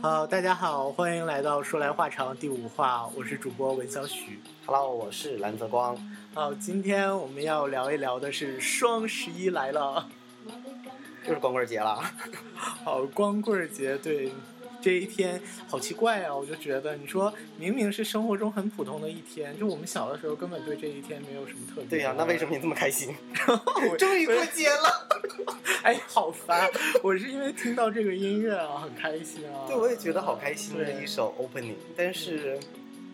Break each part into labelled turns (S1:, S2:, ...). S1: 好，大家好，欢迎来到说来话长第五话，我是主播文小许。
S2: Hello，我是蓝泽光。
S1: 好，今天我们要聊一聊的是双十一来了，
S2: 就是光棍节了，
S1: 好，光棍儿节，对。这一天好奇怪啊！我就觉得，你说明明是生活中很普通的一天，就我们小的时候根本对这一天没有什么特别。
S2: 对呀、那为什么你这么开心？
S1: 么
S2: 终于过节了，
S1: 哎，好烦！我是因为听到这个音乐啊，很开心啊。
S2: 对，我也觉得好开心的
S1: 对
S2: 一首 opening，但是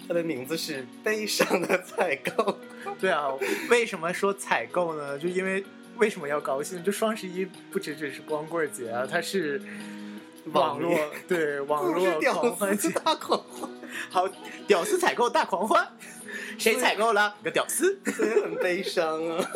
S2: 它的名字是《悲伤的采购》。
S1: 对啊，为什么说采购呢？就因为为什么要高兴？就双十一不只只是光棍节啊，它是网
S2: 网
S1: 络对网
S2: 不是
S1: 络狂
S2: 屌
S1: 欢
S2: 丝
S1: 节。
S2: 大狂欢，
S1: 好，屌丝采购大狂 欢，谁采购了？你个屌丝！
S2: 所以很悲伤 啊。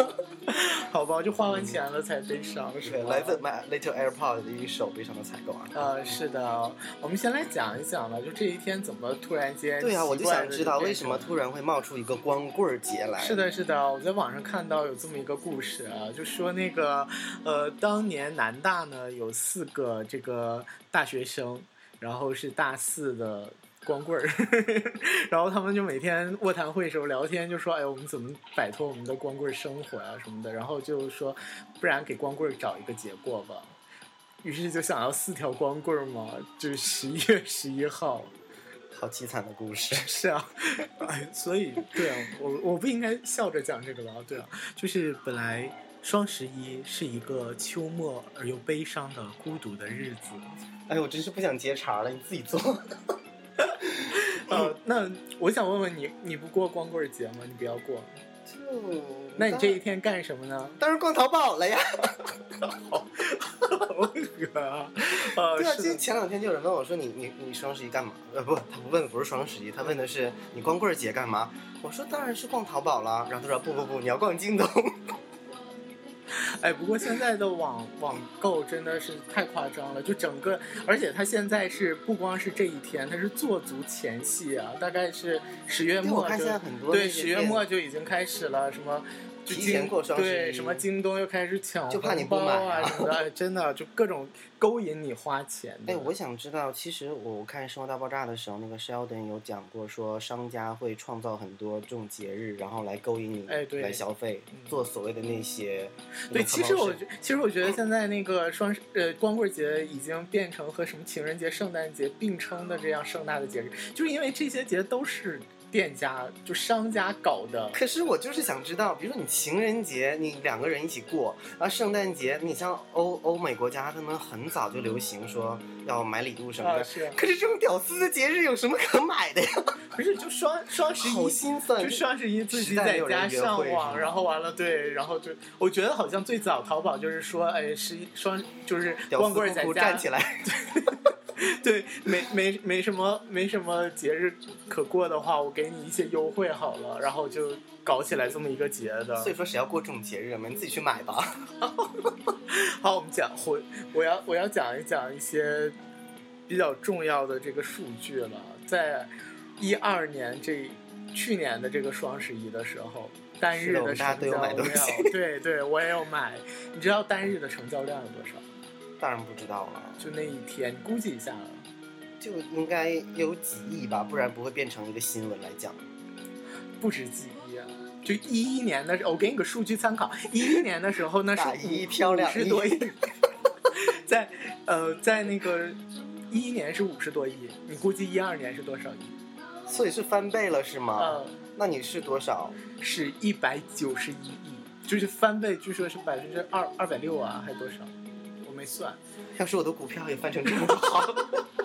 S1: 好吧，就花完钱了才悲伤，是
S2: 对，
S1: 吧？
S2: 来自 My Little AirPod 的一首《悲伤的采购》啊。
S1: 呃，是的，我们先来讲一讲吧，就这一天怎么突然间
S2: 对呀、啊
S1: 呀、
S2: 我就想知道为什么
S1: 突。
S2: 突然会冒出一个光棍儿节来。
S1: 是，的，是的，我在网上看到有这么一个故事啊，就说那个呃，当年南大呢有四个这个大学生，然后是大四的。光棍儿， 然后他们就每天卧谈会的时候聊天，就说：“哎，我们怎么摆脱我们的光棍生活啊什么的。”然后就说：“不然给光棍儿找一个结果吧。”于是就想要四条光棍儿嘛，就是十一月十一号。
S2: 好凄惨的故事。
S1: 是啊，哎，所以对啊，我我不应该笑着讲这个吧？对啊，就是本来双十一是一个秋末而又悲伤的孤独的日子。
S2: 哎，我真是不想接茬了，你自己做。嗯
S1: 呃，那我想问问你，你不过光棍节吗？你不要过，
S2: 就
S1: 那你这一天干什么呢？
S2: 当然逛淘宝了呀。
S1: 好恶啊！呃，
S2: 对啊，
S1: 是
S2: 就
S1: 的
S2: 前两天就有人问我说你你你双十一干嘛？呃，不，他不问的不是双十一，他问的是你光棍节干嘛？我说当然是逛淘宝了。然后他说不不不，你要逛京东。
S1: 哎，不过现在的网网购真的是太夸张了，就整个，而且它现在是不光是这一天，它是做足前戏啊，大概是十月
S2: 因为我
S1: 末
S2: 看
S1: 就
S2: 现在很多
S1: 对
S2: 那些
S1: 十月
S2: 店
S1: 末就已经开始了，什么就
S2: 提
S1: 京
S2: 前过双十
S1: 对
S2: 一
S1: 什么京东又开始抢
S2: 就怕你
S1: 红包
S2: 不买
S1: 啊
S2: 啊
S1: 什么的，哎真的就各种勾引你花钱的。
S2: 哎，我想知道，其实我看《生活大爆炸》的时候，那个 Sheldon 有讲过，说商家会创造很多这种节日，然后来勾引你
S1: 哎对
S2: 来消费，
S1: 嗯
S2: 做所谓的那些。
S1: 对，
S2: 那个
S1: 其实我
S2: promotion
S1: 觉其实我觉得现在那个双十呃光棍节已经变成和什么情人节、圣诞节并称的这样盛大的节日，就是因为这些节都是店家就商家搞的。
S2: 可是我就是想知道，比如说你情人节你两个人一起过，然后圣诞节你像欧欧美国家，他们很早就流行说要买礼物什么
S1: 啊，
S2: 的。
S1: 是啊，
S2: 可是这种屌丝的节日有什么可买的呀？
S1: 不是就双双十
S2: 好
S1: 一
S2: 心酸。
S1: 就双十一自己
S2: 实在没
S1: 在
S2: 有人
S1: 家
S2: 约
S1: 上
S2: 会是
S1: 网，
S2: 吗
S1: 然后完了对，然后就我觉得好像最早淘宝就是说，哎，十一双就是
S2: 屌
S1: 光
S2: 丝
S1: 棍儿在
S2: 不哭
S1: 家
S2: 站起来，
S1: 对，没没没什么没什么节日可过的话，我给你一些优惠好了，然后就搞起来这么一个节的
S2: 所。以说谁要过这种节日嘛？你自己去买吧。
S1: 好，我们讲回，我要我要讲一讲一些比较重要的这个数据了。在一二年这去年的这个双十一的时候，单
S2: 是
S1: 日
S2: 的我
S1: 的
S2: 们大家
S1: 成
S2: 都有
S1: 交
S2: 买
S1: 量
S2: 东西，
S1: 对对，我也有买。你知道单日的成交量有多少？
S2: 当然不知道了。
S1: 就那一天，你估计一下啊，
S2: 就应该有几亿吧，不然不会变成一个新闻来讲。
S1: 不止几亿啊。就一一年的时候，我给你个数据参考。一一年的时候呢，
S2: 大
S1: 是
S2: 一漂亮
S1: 十多 亿，在呃，在那个一一年是五十多亿，你估计一二年是多少亿？
S2: 所以是翻倍了是吗？
S1: 呃，
S2: 那你是多少？
S1: 是一百九十一亿，就是翻倍，据说是百分之二二百六啊，还多少？我没算，
S2: 要是我的股票也翻成这么好，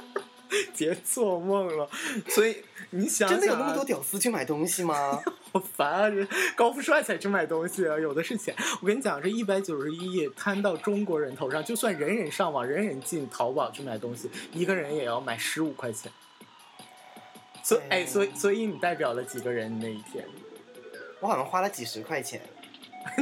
S1: 别做梦了。所以你想想、啊，
S2: 真的有那么多屌丝去买东西吗？
S1: 好 烦啊！这高富帅才去买东西啊，有的是钱。我跟你讲，这一百九十一亿摊到中国人头上，就算人人上网、人人进淘宝去买东西，一个人也要买十五块钱。所以
S2: 哎
S1: 哎，所以所以你代表了几个人那一天？
S2: 我好像花了几十块钱，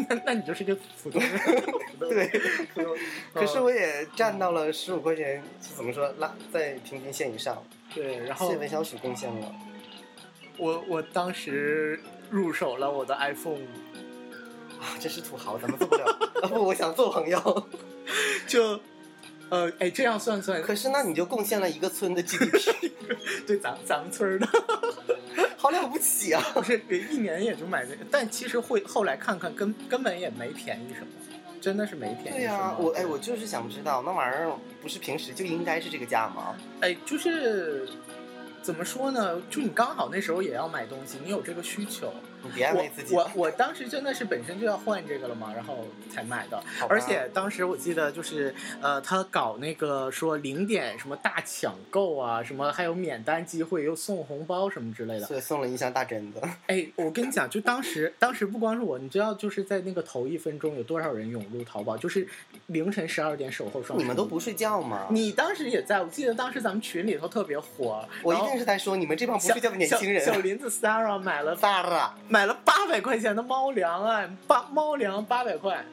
S1: 那那你就是个普通人。
S2: 对，
S1: 普通人，嗯
S2: 可是我也占到了十五块钱，是怎么说拉在平均线以上，
S1: 对，然后
S2: 谢文小许贡献了。
S1: 我我当时入手了我的 iPhone 五。
S2: 啊，真是土豪，咱们做不了。啊不，我想做朋友。
S1: 就呃，哎，这样算算，
S2: 可是那你就贡献了一个村的 GDP，
S1: 对咱们咱们村儿的，
S2: 好了不起啊！
S1: 不是一年也就买那个，但其实会后来看看根根本也没便宜什么，真的是没便
S2: 对
S1: 宜什
S2: 呀、
S1: 么。
S2: 我哎，我就是想不知道那玩意儿不是平时就应该是这个价吗？
S1: 哎，就是怎么说呢？就你刚好那时候也要买东西，你有这个需求。
S2: 你别安慰自己，
S1: 我我我当时真的是本身就要换这个了嘛，然后才买的。
S2: 好吧
S1: 而且当时我记得就是呃，他搞那个说零点什么大抢购啊，什么还有免单机会，又送红包什么之类的。
S2: 所以送了一箱大榛子，
S1: 哎，我跟你讲，就当时当时不光是我，你知道就是在那个头一分钟有多少人涌入淘宝，就是凌晨十二点守候双十一。
S2: 你们都不睡觉吗？
S1: 你当时也在，我记得当时咱们群里头特别火，
S2: 我一
S1: 然后
S2: 定是在说你们这帮不
S1: 小
S2: 睡觉的年轻
S1: 小小
S2: 人。
S1: 林子 Sarah 买了
S2: 大了，
S1: 买了八百块钱的猫粮啊，八猫粮八百块，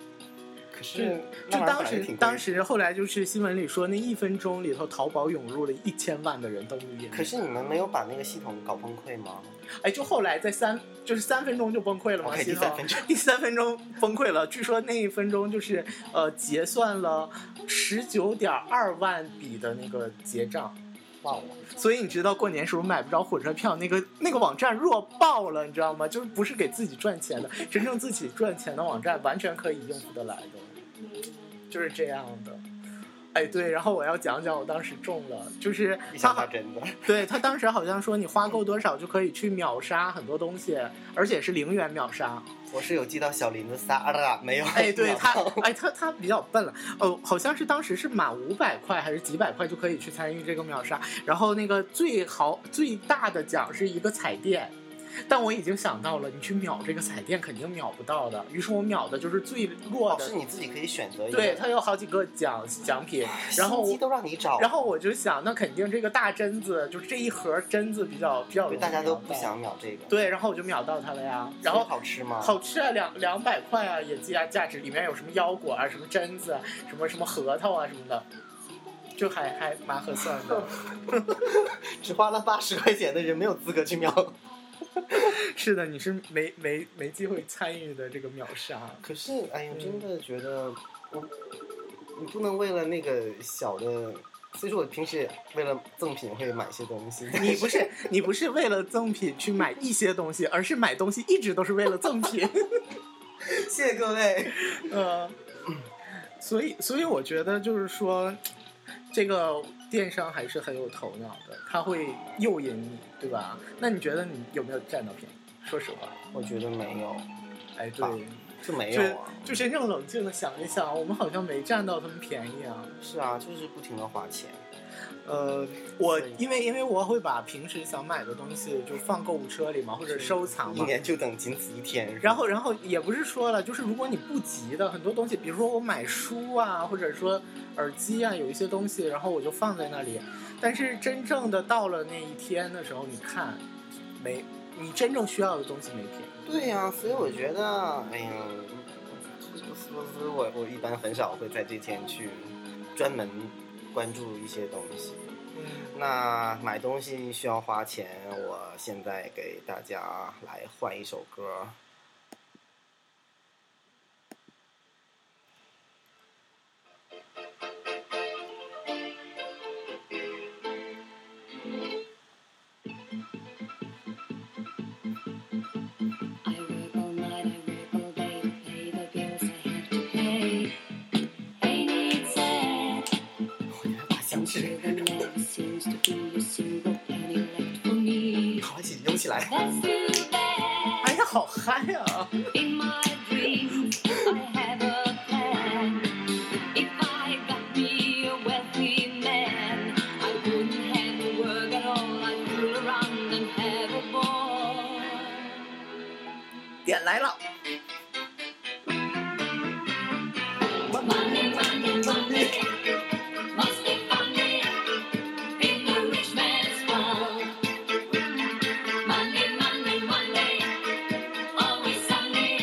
S2: 可
S1: 就是就
S2: 那玩意儿
S1: 当
S2: 本来
S1: 时
S2: 挺贵
S1: 当，时后来就是新闻里说，那一分钟里头淘宝涌入了一千万的人都迷
S2: 可是你们没有把那个系统搞崩溃吗？
S1: 哎，就后来在三就是三分钟就崩溃了嘛，
S2: OK，
S1: 系
S2: 第
S1: 统
S2: 三分钟
S1: 第三分钟崩溃了，据说那一分钟就是呃结算了十九点二万笔的那个结账。
S2: 忘了。
S1: 所以你知道过年时候买不着火车票，那个那个网站弱爆了，你知道吗？就是不是给自己赚钱的，真正自己赚钱的网站完全可以应付得来的，就是这样的。哎，对，然后我要讲讲我当时中了，就是他
S2: 一箱
S1: 好
S2: 大榛子，
S1: 对他当时好像说你花够多少就可以去秒杀很多东西，而且是零元秒杀。
S2: 我是有寄到小林子仨啊，没有。
S1: 哎，对他， 哎他他比较笨了，哦，好像是当时是满五百块还是几百块就可以去参与这个秒杀，然后那个最好最大的奖是一个彩电。但我已经想到了，你去秒这个彩电肯定秒不到的，于是我秒的就是最弱
S2: 哦，
S1: 的
S2: 是。你自己可以选择一个。
S1: 对，它有好几个奖奖品，然后
S2: 哎心机
S1: 我
S2: 都让你找，
S1: 然后我就想，那肯定这个大榛子，就是这一盒榛子比较比较容易
S2: 大家都
S1: 秒
S2: 不
S1: 到
S2: 想秒这个。，
S1: 对，然后我就秒到它了呀。然后
S2: 好吃吗？
S1: 好吃啊，两两百块啊，也价价值，里面有什么腰果啊，什么榛子啊，什么什么核桃啊什么的，就还还蛮合算 的。
S2: 只花了八十块钱的人没有资格去秒。
S1: 是的，你是没没没机会参与的这个秒杀。
S2: 可是，哎呀，
S1: 嗯
S2: 真的觉得我，你不能为了那个小的。所以说我平时为了赠品会买一些东西，
S1: 你不是你不是为了赠品去买一些东西，而是买东西一直都是为了赠品。
S2: 谢谢各位。
S1: 呃，所以所以我觉得就是说，这个电商还是很有头脑的，它会诱引你，对吧？那你觉得你有没有占到便宜？说实话，
S2: 我觉得没有，
S1: 哎，对
S2: 啊，就没有
S1: 就
S2: 啊。
S1: 就真正冷静的想一想，我们好像没占到他们便宜啊。
S2: 是啊，就是不停的花钱。
S1: 呃，我
S2: 对
S1: 因为因为我会把平时想买的东西就放购物车里嘛，或者收藏
S2: 一
S1: 嘛。
S2: 年就等仅此一天。
S1: 然后，然后也不是说了，就是如果你不急的很多东西，比如说我买书啊，或者说耳机啊，有一些东西，然后我就放在那里。但是真正的到了那一天的时候，你看，没，你真正需要的东西没便宜。
S2: 对呀、所以我觉得，哎呀，所以我我一般很少会在这天去专门关注一些东西。
S1: 嗯，
S2: 那买东西需要花钱，我现在给大家来换一首歌。
S3: I work all night, I work all day to pay the bills I have to pay. I need that.
S2: 我觉得大
S3: Some
S2: 响指，
S3: sugar never seems to be a single penny left for me.
S2: 好，一起涌起来。
S3: That's too bad.
S1: 哎呀，好嗨啊！
S3: In my dreams, I have a plan. If I got me a wealthy man, I wouldn't have to work at all. I'd fool around and have a ball.
S1: 点来了。
S3: Money, money, money must be funny in the rich man's world. Money, money, money, always sunny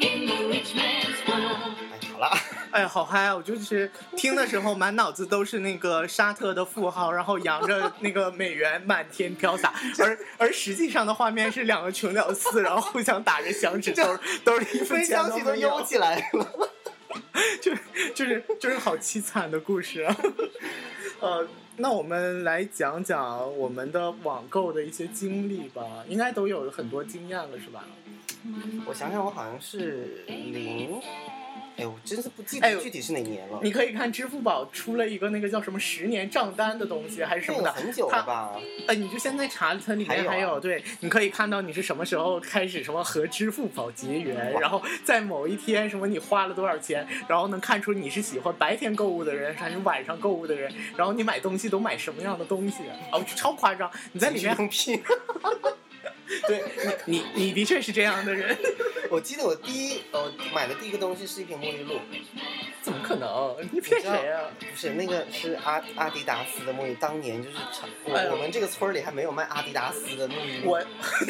S3: in the rich man's world.
S2: 哎，好 了，
S1: 哎，好嗨啊！我就是听的时候，满脑子都是那个沙特的富豪，然后扬着那个美元满天飘 洒，而而实际上的画面是两个穷 屌丝，然后互相打着响指，兜兜里一分
S2: 分
S1: 钱
S2: 响
S1: 都
S2: 起都
S1: 没
S2: 涌
S1: 有。
S2: 起来了。
S1: 就就是就是好凄惨的故事、 啊。呃，那我们来讲讲我们的网购的一些经历吧，应该都有很多经验了，是吧？
S2: 嗯我想想，我好像是零，哎，我真是不记
S1: 哎
S2: 得具体是哪年了，
S1: 你可以看支付宝出了一个那个叫什么十年账单的东西还是什么
S2: 用了
S1: 的，
S2: 哎很久了吧？
S1: 呃，你就现在查它里
S2: 还
S1: 面
S2: 有啊
S1: 还有，对，你可以看到你是什么时候开始什么和支付宝结缘，
S2: 哇
S1: 然后在某一天什么你花了多少钱，然后能看出你是喜欢白天购物的人还是晚上购物的人，然后你买东西都买什么样的东西，哦，超夸张！你在里面，
S2: 用 屁！
S1: 对你你你的确是这样的人，
S2: 我记得我第一，我买的第一个东西是一瓶沐浴露，
S1: 怎么可能？你骗谁啊？
S2: 不是那个是阿阿迪达斯的沐浴，当年就是常我、
S1: 哎呦
S2: 我们这个村儿里还没有卖阿迪达斯的沐浴露，
S1: 我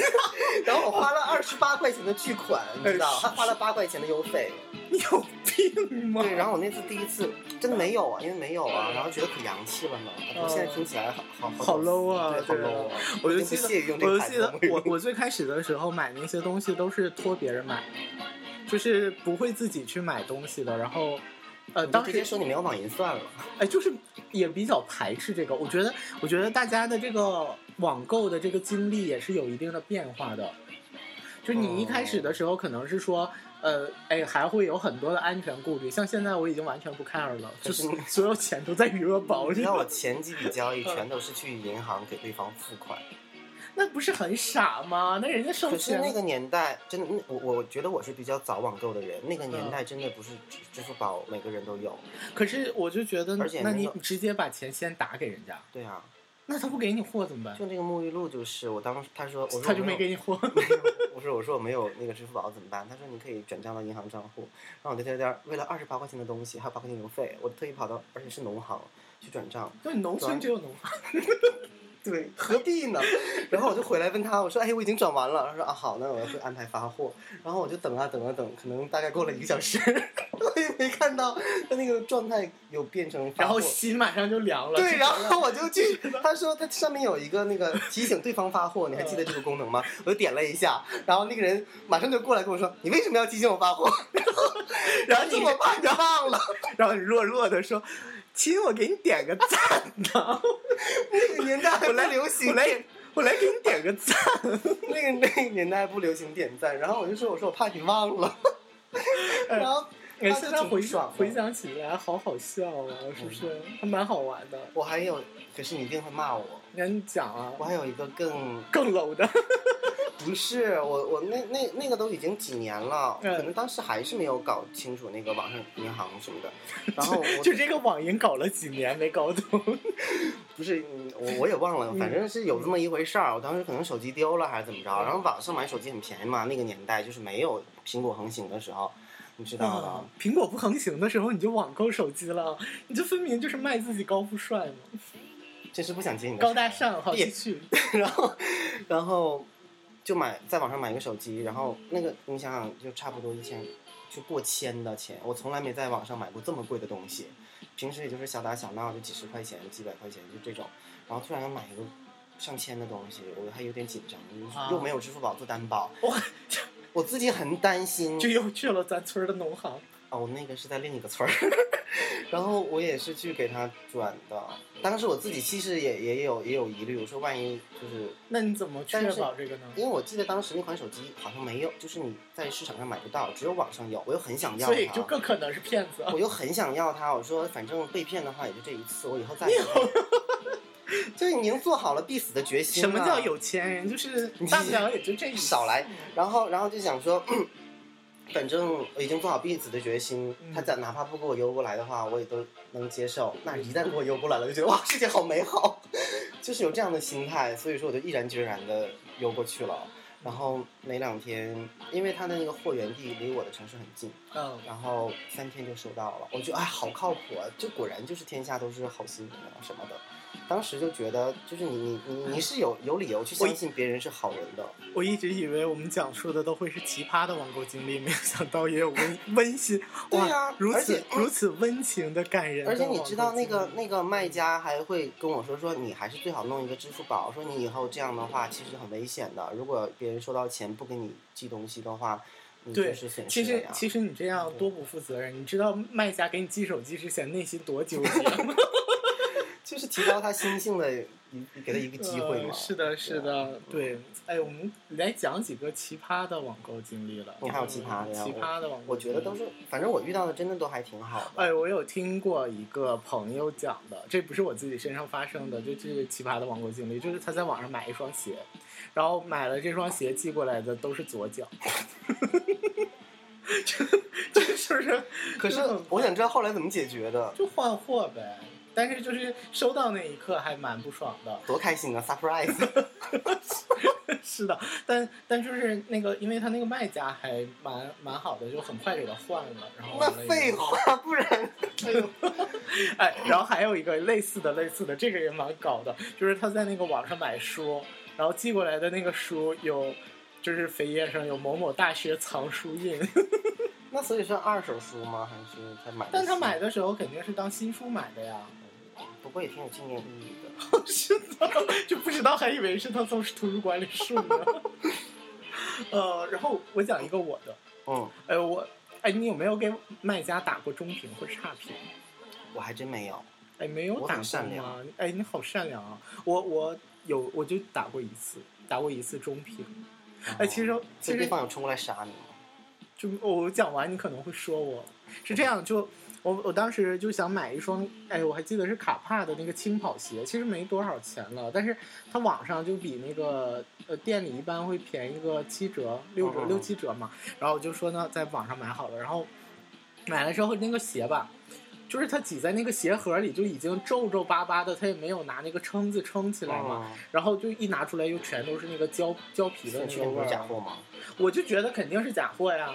S2: 然后我花了二十八块钱的巨款，你知
S1: 哎
S2: 道，
S1: 是
S2: 还花了八块钱的邮费。
S1: 你有病吗？
S2: 对，然后我那次第一次真的没有啊，因为没有啊，然后觉得可洋气了呢。我现在听起来好好
S1: 嗯好 low 啊
S2: 对好
S1: 对啊
S2: low 啊！
S1: 我就
S2: 真不
S1: 记得
S2: 屑于用这
S1: 我
S2: 个
S1: 就
S2: 牌
S1: 记
S2: 子的
S1: 得
S2: 沐浴
S1: 我
S2: 露。
S1: 我最开始的时候买那些东西都是托别人买，就是不会自己去买东西的。然后，呃，
S2: 你就
S1: 当
S2: 直接
S1: 时
S2: 说你没有网银算了，
S1: 哎，就是也比较排斥这个。我觉得，我觉得大家的这个网购的这个经历也是有一定的变化的。就你一开始
S2: 哦
S1: 的时候，可能是说，呃，哎，还会有很多的安全顾虑。像现在我已经完全不 care 了，就
S2: 可
S1: 是
S2: 是
S1: 所有钱都在余额宝里
S2: 你知
S1: 了。
S2: 道我前几笔交
S1: 嗯
S2: 易全都是去银行给对方付款，
S1: 那不是很傻吗？那人家收
S2: 可是
S1: 钱
S2: 那个年代真的，那我我觉得我是比较早网购的人，那个
S1: 嗯
S2: 年代真的不是支支付宝每个人都有，
S1: 可是我就觉得，
S2: 而且
S1: 那
S2: 那
S1: 你
S2: 个
S1: 直接把钱先打给人家，
S2: 对啊，
S1: 那他不给你货怎么办？
S2: 就那个沐浴露就是我当时他说我说
S1: 他就
S2: 我
S1: 没
S2: 有
S1: 给你货。
S2: 没有我说我说我没有那个支付宝怎么办？他说你可以转账到银行账户。然后我在这边为了二十八块钱的东西，还有八块钱邮费，我特意跑到而且是农行去转账。
S1: 就农村只有啊 农行，
S2: 对，何必呢？ 然后我就回来问他，我说哎，我已经转完了。他说啊好，那我会安排发货。然后我就等啊等啊等，可能大概过了一个小时， 我也没看到他那个状态有变成发
S1: 然后
S2: 货。
S1: 心马上就凉了。
S2: 对，然后我就去，他说他上面有一个那个提醒对方发货，你还记得这个功能吗？我就点了一下，然后那个人马上就过来跟我说，你为什么要提醒我发货？
S1: 然
S2: 然
S1: 后
S2: 后
S1: 你
S2: 这么怕你忘了，
S1: 然后你弱弱的说：“亲，我给你点个赞呢，
S2: 那个年代还不流
S1: 我
S2: 行，
S1: 来 我来给你点个赞。
S2: 那个那个年代还不流行点赞，然后我就说我说我怕你 忘了，然后”
S1: 哎，
S2: 他
S1: 现在
S2: 就
S1: 回
S2: 挺爽
S1: 想
S2: 的
S1: 回。想起来，好好笑啊，是不是？还蛮好玩的。
S2: 我还有，可是你一定会骂我。
S1: 那你讲啊
S2: 我，还有一个更
S1: 更 low 的，
S2: 不是我我那那那个都已经几年了，
S1: 嗯
S2: 可能当时还是没有搞清楚那个网上银行什 么的。然后我
S1: 就这个网银搞了几年没搞懂。
S2: 不是，嗯我我也忘了，反
S1: 嗯
S2: 正是有这么一回事儿。我当时可能手机丢了还是怎么着，然后网上买手机很便宜嘛，那个年代就是没有苹果横行的时候，你知道的。
S1: 啊，苹果不横行的时候，你就网购手机了，你这分明就是卖自己高富帅嘛，
S2: 真是不想接你的
S1: 高大
S2: 茬
S1: 上，好
S2: 别
S1: 继 续。
S2: 然后，然后就买在网上买一个手机，然后那个你想想，就差不多一千，就过千的钱。我从来没在网上买过这么贵的东西，平时也就是小打小闹，就几十块钱、几百块钱就这种。然后突然要买一个上千的东西，我还有点紧张，
S1: 啊
S2: 又没有支付宝做担保，
S1: 哇，
S2: 我自己很担心。
S1: 这又去了咱村儿的农行，
S2: 哦，那个是在另一个村儿， 然后我也是去给他转的。当时我自己其实也也有也有疑虑，我说万一就是
S1: 那你怎么确
S2: 但是
S1: 保这个呢？
S2: 因为我记得当时那款手机好像没有，就是你在市场上买不到，只有网上有。我又很想要它，
S1: 所以就更可能是骗子。
S2: 我又很想要它。我说反正被骗的话也就这一次，我以后再也不会。 就是你已经做好了必死的决心
S1: 什
S2: 了。
S1: 么叫？有钱人？就是大不了也就这一次
S2: 啊少来。然后，然后就想说， 反正我已经做好必死的决心，
S1: 嗯
S2: 他再哪怕不给我邮过来的话，我也都能接受。那一旦给我邮过来了，就觉得哇， 世界好美好， 就是有这样的心态，所以说我就毅然决然的邮过去了。然后没两天，因为他的那个货源地离我的城市很近，
S1: 嗯，
S2: 然后三天就收到了，我觉得哎，好靠谱啊！这果然就是天下都是好心人啊什么的。当时就觉得，就是你你你你是有有理由去相信别人是好人的。
S1: 我一直以为我们讲述的都会是奇葩的网购经历，没有想到也有温温馨。
S2: 对
S1: 哇，
S2: 呀
S1: 如
S2: 而
S1: 此
S2: 且
S1: 如此温情的感人的
S2: 而
S1: 网购
S2: 且
S1: 经历。
S2: 你知道那个那个卖家还会跟我说说，你还是最好弄一个支付宝，说你以后这样的话其实很危险的。如果别人收到钱不给你寄东西的话，你
S1: 对
S2: 嗯就是损
S1: 其
S2: 失了嗯
S1: 实
S2: 呀。
S1: 其实你这样多不负责任，你知道卖家给你寄手机之前内心多纠 结吗？
S2: 就是提高他心性的，你你给他一个机会嘛。
S1: 呃是的，是
S2: 对啊。
S1: 的，对。哎，我们来讲几个奇葩的网购经历了。
S2: 你哦还有奇葩的呀
S1: 奇葩的网购，
S2: 我觉得都。是，反正我遇到的真的都还挺好 的。
S1: 哎，我有听过一个朋友讲的，这不是我自己身上发生的，就这是奇葩的网购经历，就是他在网上买一双鞋，然后买了这双鞋寄过来的都是左脚， 这这是不是？
S2: 可是
S1: 真的很
S2: 我想知道后来怎么解决的，
S1: 就换货呗。但是就是收到那一刻还蛮不爽的，
S2: 多开心啊！surprise，
S1: 是的，但但就是那个，因为他那个卖家还蛮蛮好的，就很快给他换了，然后
S2: 那
S1: 完了以后
S2: 废，话，不然
S1: 哎，然后还有一个类似的类似的，这个也蛮搞的，就是他在那个网上买书，然后寄过来的那个书有。就是扉页上有某某大学藏书印，
S2: 那所以算二手书吗？还是他买的新？
S1: 但他买的时候肯定是当新书买的呀，
S2: 不过也挺有纪念意义的。
S1: 是的，就不知道，还以为是他从图书馆里顺的。 呃，然后我讲一个我的，
S2: 嗯，
S1: 哎，我，哎，你有没有给卖家打过中评或差评？
S2: 我还真没有。
S1: 哎，没有
S2: 我
S1: 打
S2: 很善
S1: 过
S2: 良
S1: 吗？哎，你好善良啊！我我有，我就打过一次，打过一次中评。哎，其实其
S2: 所以哦对
S1: 实
S2: 方有冲过来杀你吗？
S1: 就哦我讲完，你可能会说我是这样，就我我当时就想买一双，哎，我还记得是卡帕的那个轻跑鞋，其实没多少钱了，但是它网上就比那个呃店里一般会便宜个七折、六折、
S2: 嗯嗯嗯
S1: 六七折嘛。然后我就说呢，在网上买好了，然后买了之后那个鞋吧。就是它挤在那个鞋盒里，就已经皱皱巴巴的，它也没有拿那个撑子撑起来嘛。
S2: 嗯
S1: 然后就一拿出来，又全都是那个胶胶皮的
S2: 你
S1: 那
S2: 确
S1: 个味
S2: 定不
S1: 儿。
S2: 是假货吗？
S1: 我就觉得肯定是假货呀。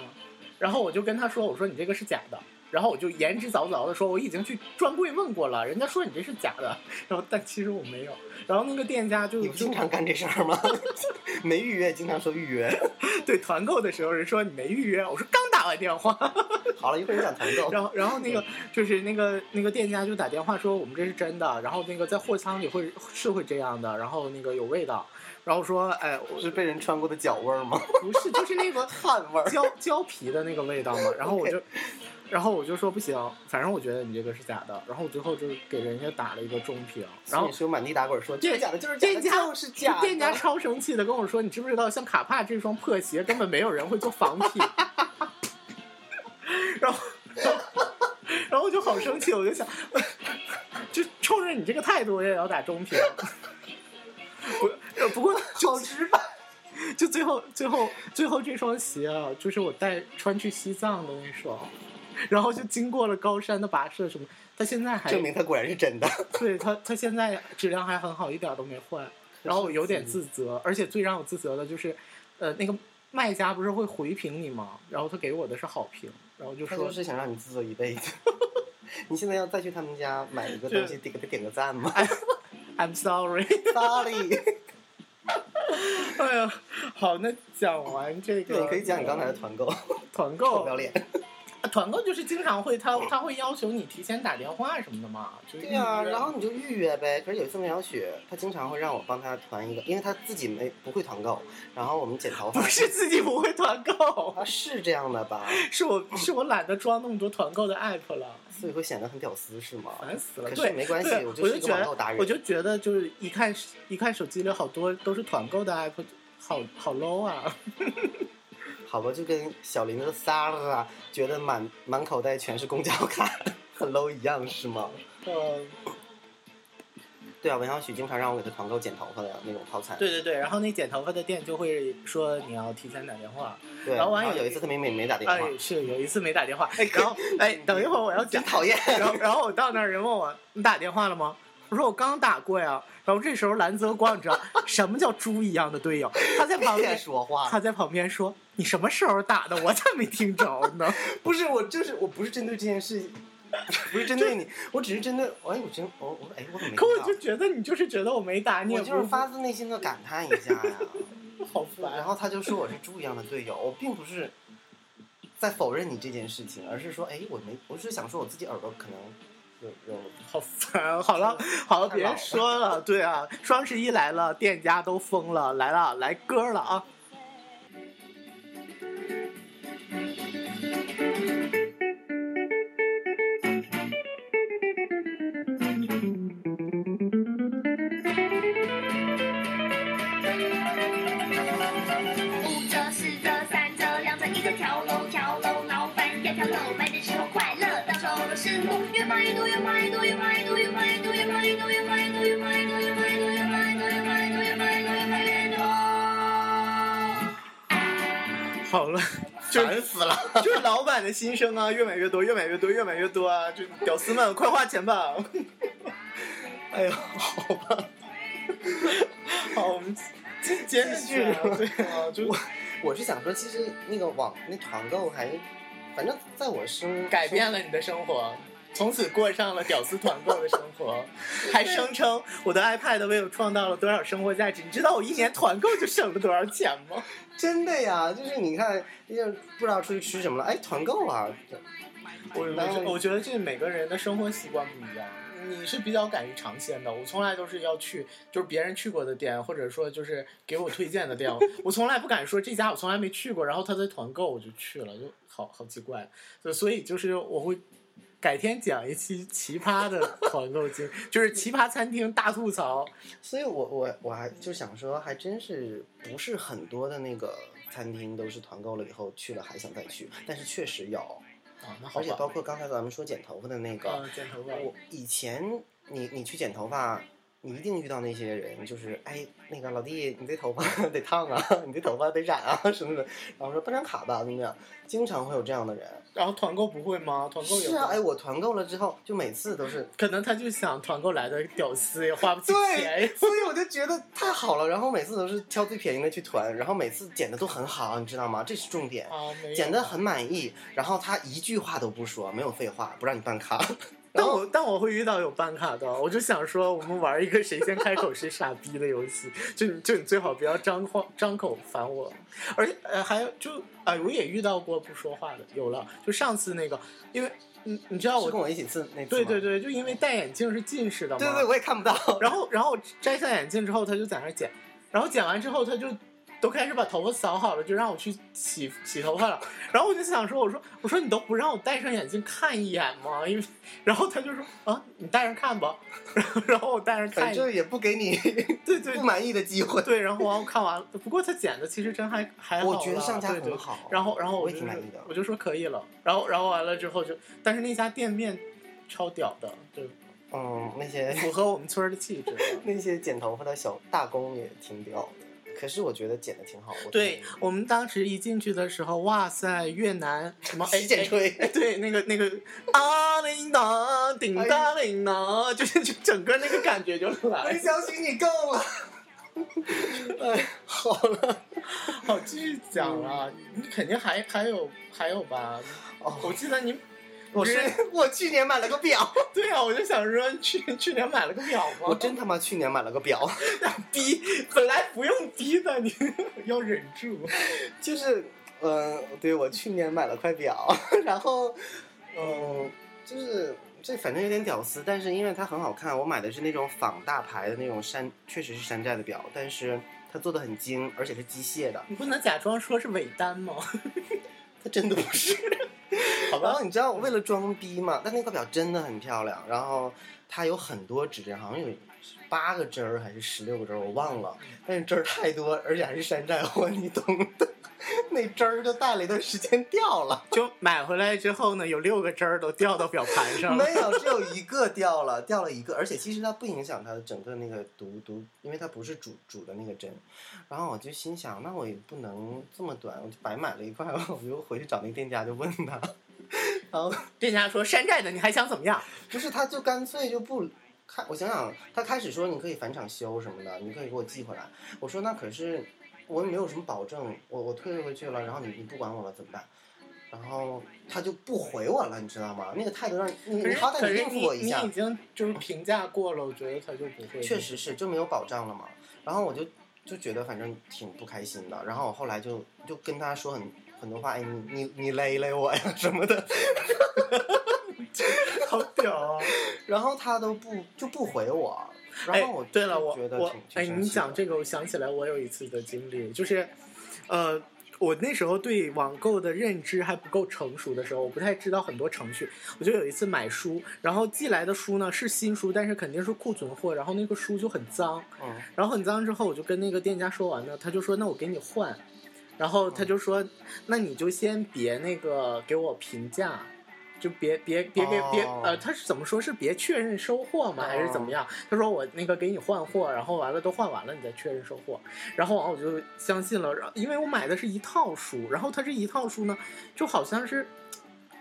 S1: 然后我就跟他说：“我说你这个是假的。”然后我就言之凿凿的说：“我已经去专柜问过了，人家说你这是假的。”然后但其实我没有。然后那个店家就
S2: 你不经常干这事儿吗？ 没预约，经常说预约。
S1: 对团购的时候人说你没预约，我说刚打完电话。
S2: 哦好了，一会儿你讲团购。
S1: 然后然后那个就是那个那个店家就打电话说我们这是真的，然后那个在货仓里会是会这样的，然后那个有味道。然后说，哎，我
S2: 是被人穿过的脚味儿吗？
S1: 不是，就是那个
S2: 汗 味儿。
S1: 胶胶皮的那个味道嘛。然后 我就，然后我就说不行，反正我觉得你这个是假的。然后我最后就是给人家打了一个中评，然后
S2: 所以。说满地打滚说，这是假的，就是假
S1: 店
S2: 的，
S1: 家
S2: 就是假的。
S1: 店家 超生气的跟我说：“你知不知道，像卡帕这双破鞋，根本没有人会做 仿品。” 然后，然后我就好生气，我就想，就冲着你这个态度，我也要打中评。 不，不过
S2: 好直白。
S1: 就最后最后最后这双鞋啊，就是我带穿去西藏的那双，然后就经过了高山的跋涉什么，它现在还
S2: 证明他果然是真的。
S1: 对它它现在质量还很好，一点都没坏。然后我有点自责，而且最让我自责的就是，呃，那个卖家不是会回评你吗？然后他给我的是好评，然后就
S2: 他
S1: 说
S2: 就是想让你自责一辈子。 你现在要再去他们家买一个东西，得给他点个赞吗
S1: I'm sorry。
S2: ？Sorry，
S1: 哎呀，好，那讲完这个，
S2: 对，你可以讲你刚才的团购，
S1: 团
S2: 臭
S1: 购啊
S2: 不要，脸。
S1: 团购就是经常会他他会要求你提前打电话什么的嘛，就是
S2: 对啊，
S1: 预约
S2: 然后你就预约呗。可是有一次梅小雪，她经常会让我帮她团一个，因为她自己没不会团购，然后我们剪头发
S1: 不。是自己不会团购，
S2: 啊，是这样的吧？
S1: 是我
S2: 嗯
S1: 是我懒得装那么多团购的 app 了，
S2: 所以会显得很屌丝是吗？
S1: 烦死了。
S2: 可
S1: 对
S2: 是，没关系，
S1: 对
S2: 我
S1: 我
S2: 就是一个
S1: 觉
S2: 网购
S1: 得，
S2: 达人。
S1: 我就觉得就是一看一看手机里好多都是团购的 app，好好 low 啊！
S2: 好吧，就跟小林的 Sara 觉得满满口袋全是公交卡很 low 一样是吗？
S1: 呃，
S2: 对啊，文小许经常让我给他团购剪头发的那种套餐。
S1: 对对对，然后那剪头发的店就会说你要提前打电话，
S2: 对，
S1: 然
S2: 然
S1: 后完
S2: 后
S1: 有
S2: 有一次他明明没打电话，
S1: 哎，是有一次没打电话，然后哎，等一会儿我要讲
S2: 嗯真。讨厌。
S1: 然后然后我到那儿，人问我你打电话了吗？我说我刚打过呀。然后这时候蓝泽光，你知道什么叫猪一样的队友？他在旁
S2: 别
S1: 边，
S2: 说话，
S1: 他在旁边说你什么时候打的？我咋没听着呢？
S2: 不是我，就是我不是针对这件事， 不是针对你，我只是针对，哎，我真，我我哎，我怎么 没
S1: 可我
S2: 看到
S1: 就觉得你就是觉得我没打，你也
S2: 我
S1: 不
S2: 就是发自内心的感叹一下呀。
S1: 好
S2: 然
S1: 烦。
S2: 后他就说我是猪一样的队友，我并不是在否认你这件事情，而是说，哎，我没，我是想说我自己耳朵可能有有。
S1: 好烦，好了，好了，
S2: 嗯太老
S1: 别
S2: 了
S1: 说了。对啊，双十一来了，店家都疯了，来了，来歌了啊！
S3: Thank
S1: 好了，就
S2: 烦死了。
S1: 就是老板的心声啊，越买越多，越买越多，越买越多啊！就屌丝们，快花钱吧！ 哎呀，好吧， 好，我们继继续
S2: 继续
S1: 聊
S2: 啊
S1: 对啊， 就
S2: 我是想说，其实那个网那团购还，反正在我生
S1: 改变了你的生活，从此过上了屌丝团购的生活，还声称我的 iPad 为我创造了多少生活价值？你知道我一年团购就省了多少钱吗？
S2: 真的呀，就是你看，就是不知道出去吃什么了，哎，团购啊，
S1: 我我觉我觉得这每个人的生活习惯不一样。你是比较敢于尝鲜的，我从来都是要去就是别人去过的店，或者说就是给我推荐的店，我从来不敢说这家我从来没去过，然后他在团购我就去了，就好好奇怪。所所以就是我会改天讲一期奇葩的团购经，就是奇葩餐厅大吐槽。
S2: 所以我我我还就想说，还真是不是很多的那个餐厅都是团购了以后去了还想再去，但是确实有，
S1: 啊，那好
S2: 而且包
S1: 吧，
S2: 括刚才咱们说剪头发的那个，
S1: 啊，剪头发，
S2: 我以前你你去剪头发，你一定遇到那些人，就是哎，那个老弟，你这头发 得烫啊，你这头发得染啊什么的，然后说办张卡吧，怎么样？经常会有这样的人。
S1: 然后团购不会吗？团购也
S2: 是啊，
S1: 会
S2: 哎，我团购了之后，就每次都是
S1: 可能他就想团购来的屌丝也花不起钱
S2: 对，。 所以我就觉得太好了。然后每次都是挑最便宜的去团，然后每次剪的都很好，你知道吗？这是重点，
S1: 啊，没有
S2: 剪的很满意。然后他一句话都不说，没有废话，不让你办卡。
S1: 但我但我会遇到有办卡的，我就想说，我们玩一个谁先开口谁傻逼的游戏，就你就你最好不要张话张口烦我，而且呃还有就哎、我也遇到过不说话的，有了，就上次那个，因为你你知道
S2: 是
S1: 我
S2: 跟我一起次那次
S1: 对对
S2: 吗
S1: 对，就因为戴眼镜是近视的嘛，
S2: 对对，我也看不到。
S1: 然后然后我摘下眼镜之后，他就在那儿剪，然后剪完之后他就。都开始把头发扫好了，就让我去洗洗头发了。然后我就想说，我说我说你都不让我戴上眼镜看一眼吗？因为，然后他就说啊，你戴上看吧。然后然后我戴上看
S2: 反
S1: 一眼，
S2: 正也不给你
S1: 对对
S2: 不满意的机会。
S1: 对，然后完我看完了。不过他剪的其实真还还好
S2: 我
S1: 啦，
S2: 觉得上家
S1: 对对
S2: 很好。
S1: 然后，然后
S2: 我
S1: 我
S2: 也
S1: 就
S2: 挺
S1: 是
S2: 满意的
S1: 我就说可以了。然后，然后完了之后就，但是那家店面超屌的，就
S2: 嗯，那些
S1: 符合我们村儿的气质。
S2: 那些剪头发的小大工也挺屌的，可是我觉得剪的挺好。我
S1: 对我们当时一进去的时候，哇塞，越南什么哎
S2: 洗剪吹
S1: 哎哎对，那个那个啊铃铛叮
S2: 哎
S1: 当铃铛，就是就整个那个感觉就来
S2: 我
S1: 了。
S2: 相信你够了。哎，好了，嗯
S1: 好，继续讲啊，你肯定还还有还有吧？我
S2: 哦，
S1: 记得你，
S2: 我是 我去年买了个表，
S1: 对啊，我就想说你去去年买了个表吗？
S2: 我真他妈去年买了个表，
S1: 逼，本来不用逼的，你 要忍住。
S2: 就是，嗯、对我去年买了块表，然后，嗯、就是这反正有点屌丝，但是因为它很好看，我买的是那种仿大牌的那种山，确实是山寨的表，但是它做的很精，而且是机械的，
S1: 你不能假装说是尾单吗？
S2: 它真的不是。
S1: 好
S2: 然
S1: 吧
S2: 后，你知道我为了装逼嘛，但那个表真的很漂亮，然后它有很多指针，好像有八个针儿还是十六个针儿，我忘了，但是针儿太多，而且还是山寨货，你懂的。那针儿就戴了一段时间掉了，
S1: 就买回来之后呢，有六个针儿都掉到表盘上了。
S2: 没有，只有一个掉了，掉了一个，而且其实它不影响它的整个那个读读，因为它不是主主的那个针。然后我就心想，那我也不能这么短，我就白买了一块，我就回去找那个店家就问他，然后
S1: 店家说山寨的，你还想怎么样？
S2: 不是，他就干脆就不开。我想想，他开始说你可以返厂修什么的，你可以给我寄回来。我说那可是我也没有什么保证，我我退回去了，然后你你不管我了怎么办？然后他就不回我了，你知道吗？那个态度让你
S1: 可
S2: 你
S1: 是
S2: 好
S1: 可
S2: 歹
S1: 是
S2: 应付
S1: 你
S2: 我一
S1: 你
S2: 下
S1: 已，经就是评价过了，我觉得他就不会。
S2: 确，实是就没有保障了嘛。然后我就就觉得反正挺不开心的。然后我后来就就跟他说很很多话，哎，你你你勒勒我呀什么的。
S1: 好屌啊！
S2: 然后他都不就不回我。然
S1: 哎
S2: 后我，
S1: 对了，我
S2: 就觉得
S1: 我
S2: 挺挺
S1: 哎，
S2: 生
S1: 你
S2: 气
S1: 讲
S2: 的
S1: 这个，我想起来我有一次的经历，就是，呃，我那时候对网购的认知还不够成熟的时候，我不太知道很多程序。我就有一次买书，然后寄来的书呢是新书，但是肯定是库存货，然后那个书就很脏，
S2: 嗯。
S1: 然后很脏之后，我就跟那个店家说完了，他就说那我给你换，然后他就说那你就先别那个给我评价，就别别别别别
S2: 哦
S1: 呃，他是怎么说是别确认收货吗？还是怎么样？他说我那个给你换货，然后完了都换完了，你再确认收货。然后完了我就相信了，然后因为我买的是一套书，然后它这一套书呢，就好像是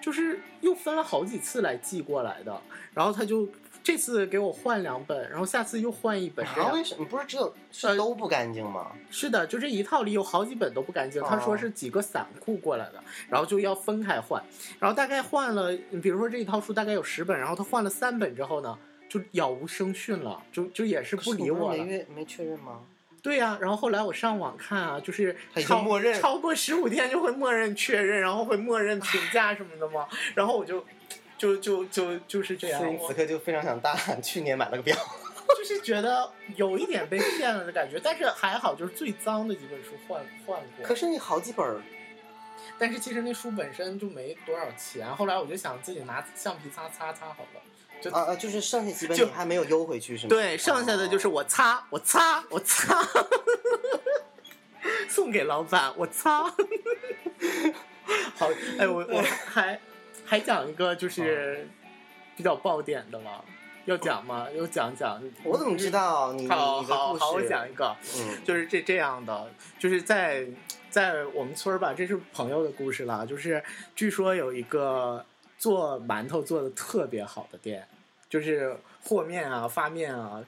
S1: 就是又分了好几次来寄过来的，然后他就这次给我换两本，然后下次又换一本，这
S2: 啊，
S1: 样
S2: 为什么不是只有是
S1: 呃
S2: 都不干净吗？
S1: 是的，就这一套里有好几本都不干净，
S2: 哦
S1: 他说是几个散库过来的，然后就要分开换，然后大概换了，比如说这一套书大概有十本，然后他换了三本之后呢，就杳无声讯了，就就也是不
S2: 可是
S1: 理
S2: 你
S1: 我
S2: 是
S1: 了
S2: 每。月没确认吗？
S1: 对呀、然后后来我上网看啊，就是
S2: 他已经
S1: 超
S2: 默认
S1: 超过十五天就会默认确认，然后会默认评价什么的嘛，然后我就就就就就是这样，
S2: 所以
S1: 啊我
S2: 此刻就非常想大喊：去年买了个表，
S1: 就是觉得有一点被骗了的感觉，但是还好，就是最脏的几本书换换过。
S2: 可是你好几本儿，
S1: 但是其实那书本身就没多少钱，后来我就想自己拿橡皮擦擦擦好了。就
S2: 啊啊，就是剩下几本你
S1: 就
S2: 还没有邮回去是吗？哦
S1: 对，剩下的就是我擦，我擦，我擦， 送给老板，我擦。 好，哎，我我还还讲一个就是比较爆点的嘛，要讲吗？要讲讲。
S2: 我怎么知？道你你
S1: 好
S2: 你的
S1: 好
S2: 故事？
S1: 好，我讲一个。
S2: 嗯，
S1: 就是这这样的，就是在在我们村儿吧，这是朋友的故事了。就是据说有一个做馒头做的特别好的店，就是和面啊、发面啊，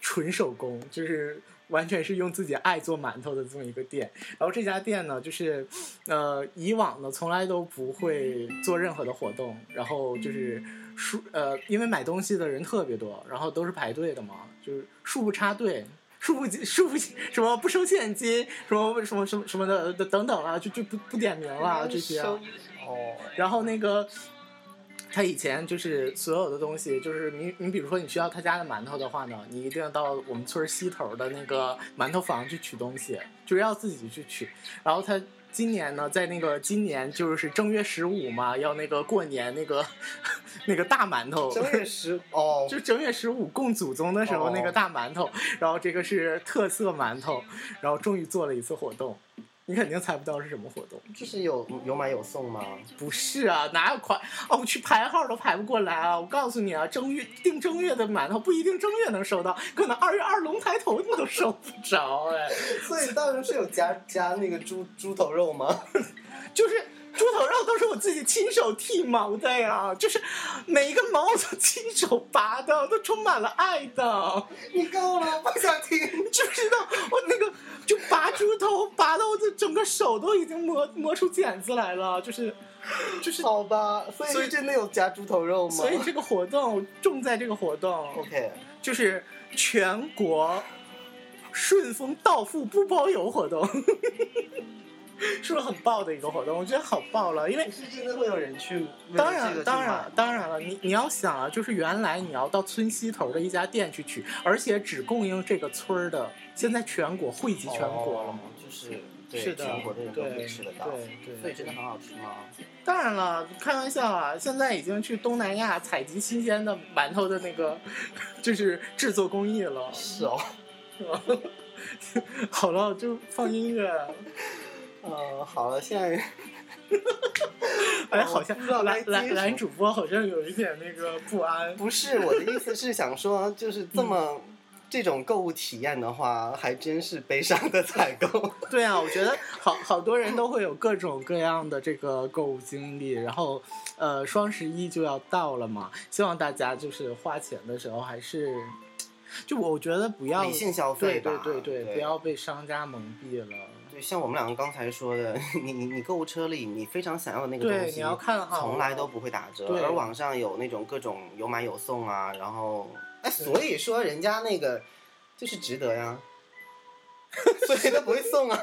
S1: 纯手工，就是完全是用自己爱做馒头的这么一个店。然后这家店呢，就是呃，以往呢从来都不会做任何的活动，然后就是数呃，因为买东西的人特别多，然后都是排队的嘛，就是恕不插队。恕不恕不什么不收现金，什么什么什么什么的等等啊，就就不不点名了这些。啊
S2: 哦，
S1: 然后那个他以前就是所有的东西，就是你你比如说你需要他家的馒头的话呢，你一定要到我们村儿西头的那个馒头房去取东西，就是要自己去取。然后他今年呢，在那个今年就是正月十五嘛，要那个过年那个 那个大馒头，
S2: 正月十哦，
S1: 就正月十五供祖宗的时候
S2: 哦
S1: 那个大馒头，然后这个是特色馒头，然后终于做了一次活动，你肯定猜不到是什么活动。
S2: 就是有有买有送吗？
S1: 不是啊，哪有快哦？我去排号都排不过来啊！我告诉你啊，正月订正月的馒头不一定正月能收到，可能二月二龙抬头你都收不着哎。
S2: 所以当时是有加加那个猪猪头肉吗？
S1: 就是猪头肉都是我自己亲手剃毛的呀，就是每一个毛我都亲手拔的，都充满了爱的。
S2: 你够了，我不想听。
S1: 你知不知道我那个就拔猪头拔到我的整个手都已经磨磨出茧子来了，就是就是，
S2: 好吧，所以
S1: 所以
S2: 是真的有加猪头肉吗？
S1: 所以这个活动重在这个活动。
S2: OK，
S1: 就是全国顺丰到付不包邮活动， 是不是很爆的一个活动？我觉得好爆了，因为
S2: 是真的会有人去为了
S1: 当
S2: 这个
S1: 然
S2: 去
S1: 当
S2: 买
S1: 然当然了，你你要想啊，就是原来你要到村西头的一家店去取，而且只供应这个村儿的，现在全国惠及全国了
S2: 哦
S1: 嘛。
S2: 就是对
S1: 是的，
S2: 全国的人都可以
S1: 对
S2: 吃得到，
S1: 对
S2: 所
S1: 对，
S2: 以真的很好吃吗？
S1: 当然了，开玩笑啊！现在已经去东南亚采集新鲜的馒头的那个， 就是制作工艺了。
S2: 是 哦，
S1: 是吧？好了，就放音乐。
S2: 嗯，好了，现在
S1: 哎，好像
S2: 我不知道该
S1: 蓝
S2: 接什
S1: 蓝
S2: 么
S1: 蓝主播好像有一点那个不安。
S2: 不是我的意思是想说，就是这么。这种购物体验的话，还真是悲伤的采购。
S1: 对啊，我觉得好好多人都会有各种各样的这个购物经历。然后，呃，双十一就要到了嘛，希望大家就是花钱的时候还是，就我觉得不要
S2: 理性消
S1: 对
S2: 费
S1: 对
S2: 吧，
S1: 对
S2: 对，
S1: 对，不要被商家蒙蔽了。
S2: 对，像我们两个刚才说的， 你你你购物车里你非常想要的那个东
S1: 对，
S2: 西，
S1: 你要看好，
S2: 从来都不会打折，
S1: 对
S2: 而网上有那种各种有买有送啊，然后哎，所以说人家那个就是值得呀， 所以他不会送啊。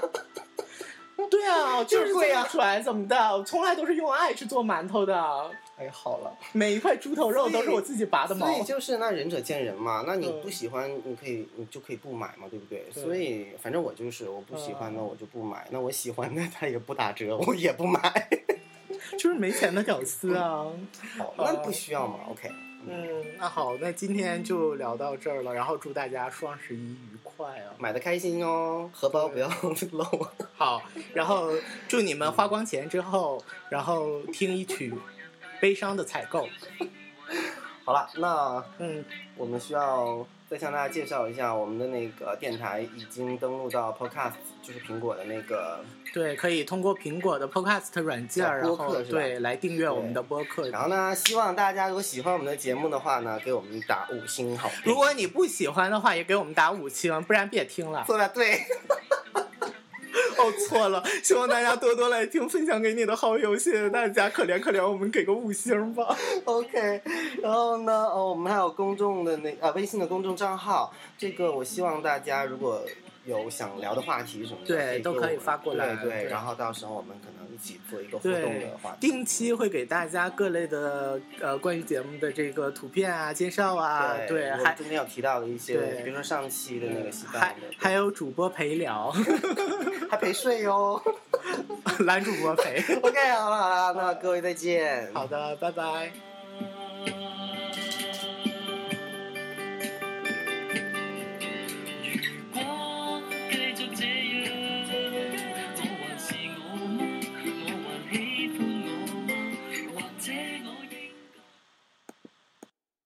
S1: 对 啊，就
S2: 就是
S1: 是
S2: 贵
S1: 这
S2: 啊
S1: 样来怎么的？我从来都是用爱去做馒头的。
S2: 哎，好了，
S1: 每一块猪头肉 都是我自己拔的毛
S2: 所。以就是那仁者见仁嘛，那你
S1: 嗯
S2: 不喜欢，你可以你就可以不买嘛，对不对？
S1: 对
S2: 所以反正我就是我不喜欢的
S1: 嗯
S2: 我就不买，那我喜欢的他也不打折，我也 不买。
S1: 就是没钱的屌丝 啊。
S2: 好，那不需要嘛，OK。
S1: 嗯，那好，那今天就聊到这儿了，然后祝大家双十一愉快啊！
S2: 买的开心哦，荷包不要 漏啊。
S1: 好，然后祝你们花光钱之后，然后听一曲悲伤的采购。
S2: 好了，那
S1: 嗯，
S2: 我们需要再向大家介绍一下，我们的那个电台已经登录到 Podcast，就是苹果的那个，
S1: 对，可以通过苹果的 Podcast 软件，
S2: 小
S1: 然
S2: 播客
S1: 后
S2: 是吧
S1: 对来订阅我们的播客。
S2: 然后呢，希望大家如果喜欢我们的节目的话呢，给我们打五星好评。
S1: 如果你不喜欢的话，也给我们打五星，不然别听 了。
S2: 做的对，
S1: 哦，错了，希望大家多多来听，分享给你的好友，谢谢大家，可怜可怜我们，给个五星吧。
S2: OK，然后呢，呃、我们还有公众的那啊微信的公众账号，这个我希望大家如果有想聊的话题什么的，
S1: 对
S2: 以
S1: 都
S2: 给
S1: 可以
S2: 我们
S1: 发过来
S2: 对对，
S1: 对
S2: 然后到时候我们可能一起做一个互动
S1: 对
S2: 的话，题。
S1: 定期会给大家各类的呃关于节目的这个图片啊、介绍啊，对，
S2: 我
S1: 还
S2: 们中间有提到的一些，
S1: 对
S2: 比如说上期的那个西
S1: 还
S2: 藏的，
S1: 还有主播陪聊，
S2: 还陪睡哟。
S1: 男主播陪。
S2: OK，好了好了，那各位再见。
S1: 好的，拜拜。